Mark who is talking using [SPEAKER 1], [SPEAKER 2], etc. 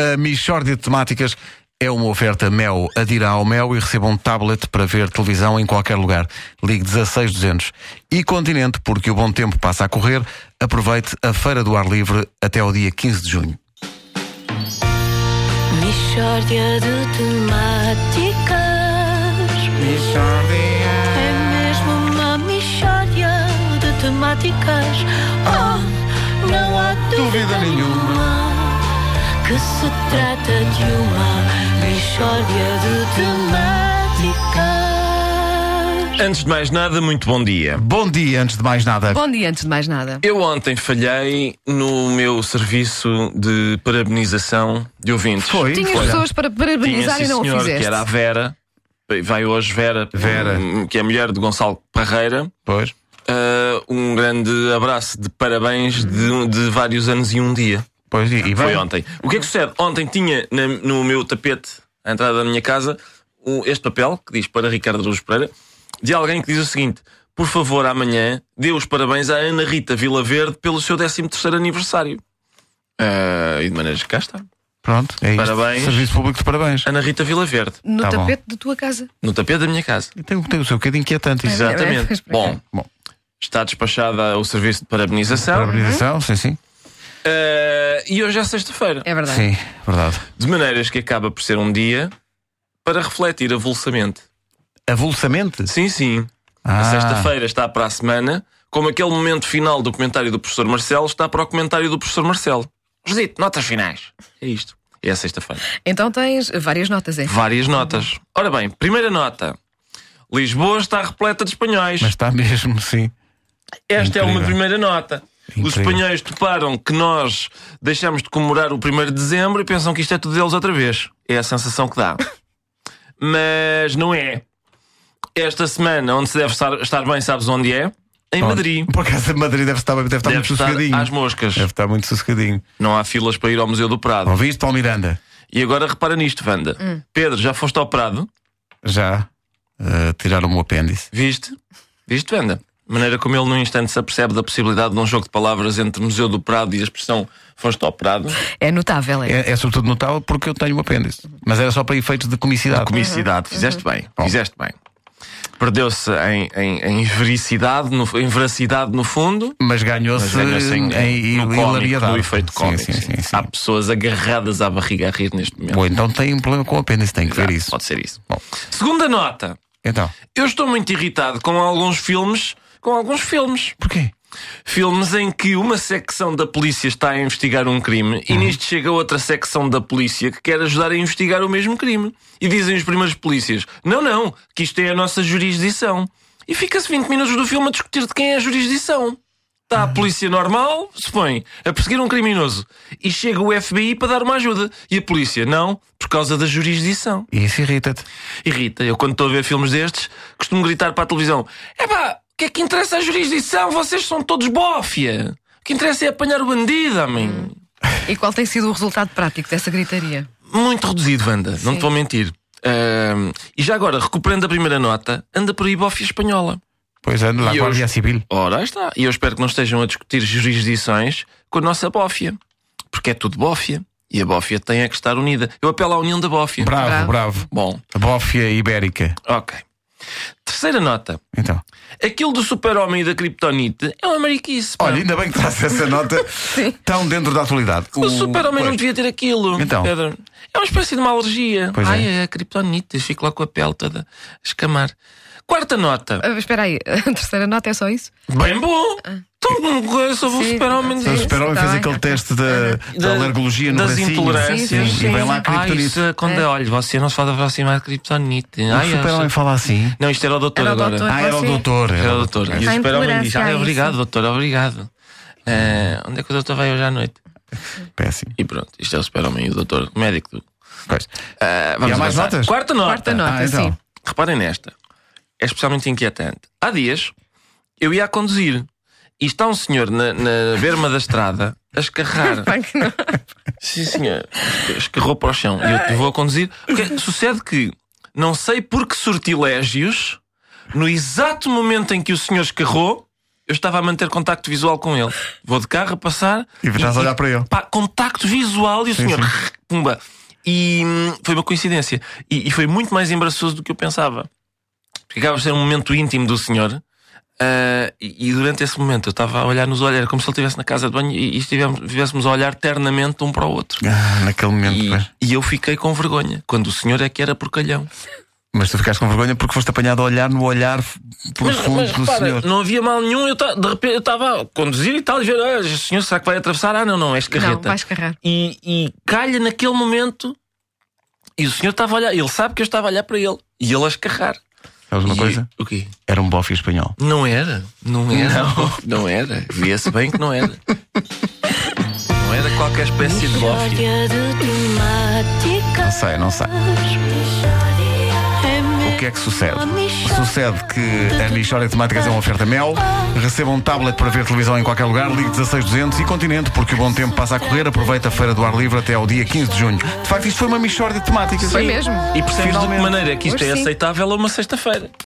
[SPEAKER 1] A Michórdia de Temáticas é uma oferta Mel. Adira ao Mel e receba um tablet para ver televisão em qualquer lugar. Ligue 16200. E Continente, porque o bom tempo passa a correr, aproveite a Feira do Ar Livre até ao dia 15 de junho.
[SPEAKER 2] Mistória de temáticas. É mesmo uma mistória de temáticas. Oh, não há dúvida nenhuma que se trata de uma mistória de temáticas.
[SPEAKER 3] Antes de mais nada, muito bom dia.
[SPEAKER 1] Bom dia, antes de mais nada.
[SPEAKER 4] Bom dia, antes de mais nada.
[SPEAKER 3] Eu ontem falhei no meu serviço de parabenização de ouvintes.
[SPEAKER 1] Foi.
[SPEAKER 4] Tinhas
[SPEAKER 3] Olha,
[SPEAKER 4] pessoas para parabenizar
[SPEAKER 3] sim,
[SPEAKER 4] e não
[SPEAKER 3] senhor,
[SPEAKER 4] o fizeste.
[SPEAKER 3] que era a Vera. Vai hoje Vera,
[SPEAKER 1] Vera.
[SPEAKER 3] hum, que é a mulher de Gonçalo Parreira.
[SPEAKER 1] Pois.
[SPEAKER 3] Ah, um grande abraço de parabéns de, de vários anos e um dia.
[SPEAKER 1] Pois, e, e
[SPEAKER 3] Foi
[SPEAKER 1] bem.
[SPEAKER 3] ontem. O que é que sucede? Ontem tinha na- no meu tapete, à entrada da minha casa, o- este papel que diz para Ricardo Luz Pereira, de alguém que diz o seguinte: Por favor, amanhã dê os parabéns à Ana Rita Vila Verde pelo seu 13 aniversário. Ah, e de maneiras que cá está.
[SPEAKER 1] Pronto, é isto.
[SPEAKER 3] Parabéns. Ah.
[SPEAKER 1] Serviço Público de Parabéns.
[SPEAKER 3] Ana Rita Vila Verde,
[SPEAKER 4] No
[SPEAKER 1] Tá bom.
[SPEAKER 4] tapete da tua casa.
[SPEAKER 3] no tapete da minha casa.
[SPEAKER 1] Tem, tem o seu bocadinho inquietante. isso.
[SPEAKER 3] Exatamente.
[SPEAKER 4] pois, por
[SPEAKER 3] Bom,
[SPEAKER 1] Bom,
[SPEAKER 3] está despachada o serviço de parabenização.
[SPEAKER 4] Uhum.
[SPEAKER 1] parabenização, sim, sim.
[SPEAKER 3] Ah, e hoje é sexta-feira.
[SPEAKER 4] É verdade.
[SPEAKER 1] Sim, verdade.
[SPEAKER 3] De maneiras que acaba por ser um dia para refletir avulsamente.
[SPEAKER 1] Avulsamente?
[SPEAKER 3] Sim, sim.
[SPEAKER 1] Ah.
[SPEAKER 3] A sexta-feira está para a semana, como aquele momento final do comentário do professor Marcelo está para o comentário do professor Marcelo. Josito, notas finais. É isto. É a sexta-feira.
[SPEAKER 4] Então tens várias notas, é?
[SPEAKER 3] Várias notas. Ora bem, primeira nota. Lisboa está repleta de espanhóis.
[SPEAKER 1] Mas está mesmo, sim.
[SPEAKER 3] Esta é uma
[SPEAKER 1] incrível.
[SPEAKER 3] primeira nota. Os
[SPEAKER 1] Incrível.
[SPEAKER 3] espanhóis toparam que nós deixamos de comemorar o 1 de dezembro e pensam que isto é tudo deles outra vez. É a sensação que dá. Mas não é. Esta semana, onde se deve estar, estar bem, sabes onde é? Em
[SPEAKER 1] Onde?
[SPEAKER 3] Madrid.
[SPEAKER 1] Por acaso Madrid deve estar, deve estar
[SPEAKER 3] Deve
[SPEAKER 1] muito
[SPEAKER 3] estar
[SPEAKER 1] sossegadinho.
[SPEAKER 3] às moscas.
[SPEAKER 1] Deve estar muito sossegadinho.
[SPEAKER 3] Não há filas para ir ao Museu do Prado.
[SPEAKER 1] Ouviste, Paulo Miranda?
[SPEAKER 3] E agora repara nisto, Wanda. Pedro, já foste ao Prado?
[SPEAKER 1] Já. Uh, tiraram o apêndice.
[SPEAKER 3] Viste? Viste, Wanda? Maneira como ele num instante se apercebe da possibilidade de um jogo de palavras entre Museu do Prado e a expressão foste ao Prado.
[SPEAKER 4] É notável, é?
[SPEAKER 1] É, é sobretudo notável porque eu tenho um apêndice. Mas era só para efeitos de comicidade.
[SPEAKER 3] Comicidade, fizeste bem, fizeste bem. Perdeu-se em, em, em vericidade, no, em veracidade no fundo,
[SPEAKER 1] Mas ganhou-se
[SPEAKER 3] mas ganhou-se
[SPEAKER 1] em,
[SPEAKER 3] em,
[SPEAKER 1] em
[SPEAKER 3] no, cómico,
[SPEAKER 1] hilariedade.
[SPEAKER 3] no efeito
[SPEAKER 1] Sim,
[SPEAKER 3] cómico.
[SPEAKER 1] Sim, sim, sim,
[SPEAKER 3] Há pessoas agarradas à barriga a rir neste momento.
[SPEAKER 1] Ou então tem um problema com o apêndice, tem que ver
[SPEAKER 3] Exato,
[SPEAKER 1] isso.
[SPEAKER 3] Pode ser isso.
[SPEAKER 1] Bom.
[SPEAKER 3] Segunda nota.
[SPEAKER 1] Então,
[SPEAKER 3] Eu estou muito irritado com alguns filmes, com alguns filmes.
[SPEAKER 1] porquê?
[SPEAKER 3] Filmes em que uma secção da polícia está a investigar um crime e nisto chega outra secção da polícia que quer ajudar a investigar o mesmo crime. E dizem os primeiros polícias: não, não, que isto é a nossa jurisdição. E fica-se 20 minutos do filme a discutir de quem é a jurisdição. Está a polícia normal, supõe, a perseguir um criminoso. E chega o FBI para dar uma ajuda. E a polícia, não, por causa da jurisdição
[SPEAKER 1] E isso irrita-te.
[SPEAKER 3] irrita. Eu, quando estou a ver filmes destes, costumo gritar para a televisão: Epá, o que é que interessa a jurisdição? Vocês são todos bófia. O que interessa é apanhar o bandido, homem.
[SPEAKER 1] É.
[SPEAKER 4] E qual tem sido o resultado prático dessa gritaria?
[SPEAKER 3] Muito reduzido, Wanda, não te vou mentir. Ahm, e já agora, recuperando a primeira nota, anda por aí bófia espanhola.
[SPEAKER 1] Pois ando lá,
[SPEAKER 3] E
[SPEAKER 1] Guardia
[SPEAKER 3] hoje?
[SPEAKER 1] Civil.
[SPEAKER 3] Ora, aí está. E eu espero que não estejam a discutir jurisdições com a nossa bófia. Porque é tudo bófia. E a bófia tem é que estar unida. Eu apelo à união da bófia.
[SPEAKER 1] Bravo,
[SPEAKER 4] Bravo.
[SPEAKER 1] bravo.
[SPEAKER 3] Bom,
[SPEAKER 1] A Bófia Ibérica.
[SPEAKER 3] ok. Terceira nota.
[SPEAKER 1] Então.
[SPEAKER 3] Aquilo do super-homem e da Kryptonite é uma mariquice. pá.
[SPEAKER 1] Olha, ainda bem que traz essa nota tão dentro da atualidade.
[SPEAKER 3] o super-homem não
[SPEAKER 1] um- pois.
[SPEAKER 3] devia ter aquilo.
[SPEAKER 1] Então?
[SPEAKER 3] Pedro. É uma espécie de uma alergia.
[SPEAKER 1] Pois é.
[SPEAKER 3] Ai, é a Kryptonite. Fico lá com a pele toda a escamar. Quarta nota.
[SPEAKER 4] Ah, espera aí, a terceira nota é só isso?
[SPEAKER 1] Ah.
[SPEAKER 3] Bem bom. Então, eu só vou
[SPEAKER 4] Ah. Sim,
[SPEAKER 3] super-homem.
[SPEAKER 4] sim.
[SPEAKER 1] O
[SPEAKER 4] Isso,
[SPEAKER 1] super-homem
[SPEAKER 4] tá
[SPEAKER 1] fez
[SPEAKER 4] bem,
[SPEAKER 1] aquele
[SPEAKER 4] ok.
[SPEAKER 1] teste da, da alergologia no
[SPEAKER 3] Uhum. das
[SPEAKER 1] bracinho.
[SPEAKER 3] intolerâncias.
[SPEAKER 4] Sim, sim,
[SPEAKER 1] E vem lá a
[SPEAKER 4] sim.
[SPEAKER 3] Ah,
[SPEAKER 1] criptonite.
[SPEAKER 3] isso é quando é, olha, você não se pode aproximar de Kryptonite.
[SPEAKER 1] O
[SPEAKER 3] Ai,
[SPEAKER 1] super-homem
[SPEAKER 3] eu-
[SPEAKER 1] fala assim.
[SPEAKER 3] Não, isto era o doutor
[SPEAKER 4] Era o
[SPEAKER 3] agora.
[SPEAKER 4] doutor.
[SPEAKER 1] Ah, era o
[SPEAKER 3] assim-
[SPEAKER 4] Você-
[SPEAKER 1] doutor. É,
[SPEAKER 3] Era É o doutor. E o
[SPEAKER 4] Há
[SPEAKER 3] super-homem diz:
[SPEAKER 4] intolerância a
[SPEAKER 3] Ai,
[SPEAKER 4] isso.
[SPEAKER 3] obrigado, doutor, obrigado. Eh, onde é que o doutor vai hoje à noite?
[SPEAKER 1] Péssimo.
[SPEAKER 3] E pronto, isto é o super-homem e o doutor, médico do
[SPEAKER 1] Pois.
[SPEAKER 3] Ah, vamos
[SPEAKER 1] E há mais
[SPEAKER 3] avançar.
[SPEAKER 1] notas?
[SPEAKER 3] Quarta nota.
[SPEAKER 4] Quarta nota,
[SPEAKER 1] Ah, então.
[SPEAKER 4] sim.
[SPEAKER 3] Reparem nesta. É especialmente inquietante. Há dias eu ia a conduzir e está um senhor na, na berma da estrada a escarrar.
[SPEAKER 4] Pá, que não-
[SPEAKER 3] Sim, senhor. Escarrou para o chão. E eu vou a conduzir. Porque sucede que não sei por que sortilégios, no exato momento em que o senhor escarrou, Eu estava a manter contacto visual com ele. Vou de carro a passar.
[SPEAKER 1] E estás a olhar para ele.
[SPEAKER 3] Pá, contacto visual e o senhor. Pumba. E hum, foi uma coincidência. E, e foi muito mais embaraçoso do que eu pensava. Porque acaba de ser um momento íntimo do senhor. ah, e, e durante esse momento eu estava a olhar nos olhos, era como se ele estivesse na casa de banho e, e estivemos- estivéssemos a olhar ternamente um para o outro.
[SPEAKER 1] Ah, naquele momento.
[SPEAKER 3] E,
[SPEAKER 1] pois.
[SPEAKER 3] e eu fiquei com vergonha, quando o senhor é que era porcalhão.
[SPEAKER 1] Mas tu ficaste com vergonha porque foste apanhado a olhar no olhar f- profundo do
[SPEAKER 3] repara,
[SPEAKER 1] senhor.
[SPEAKER 3] não havia mal nenhum, eu ta- de repente eu estava a conduzir e tal, e ver, ah, o senhor, será que vai atravessar? Ah, não, não, és carreta.
[SPEAKER 4] Não, vais carrar.
[SPEAKER 3] E, e calha naquele momento, e o senhor estava a olhar, ele sabe que eu estava a olhar para ele, e ele a escarrar.
[SPEAKER 1] Sabes uma
[SPEAKER 3] E-
[SPEAKER 1] coisa?
[SPEAKER 3] O quê?
[SPEAKER 1] Era um bofe espanhol.
[SPEAKER 3] Não era, não era, não, era. Via-se bem que não era. não era qualquer espécie de bofe.
[SPEAKER 2] Michórdia de temáticas.
[SPEAKER 1] Não sei, não sei.
[SPEAKER 2] É
[SPEAKER 1] O que é que sucede?
[SPEAKER 2] mesmo uma michórdia
[SPEAKER 1] Sucede que a Michória de Temáticas é uma oferta mel. Receba um tablet para ver televisão em qualquer lugar, ligue 16200 e continente, porque o bom tempo passa a correr. Aproveita a Feira do Ar Livre até ao dia 15 de junho. De facto, isto foi uma Michória de Temáticas. é
[SPEAKER 4] Foi mesmo.
[SPEAKER 3] E percebes de que
[SPEAKER 1] Finalmente.
[SPEAKER 3] maneira que isto
[SPEAKER 4] Hoje
[SPEAKER 3] é
[SPEAKER 4] sim.
[SPEAKER 3] aceitável a uma sexta-feira.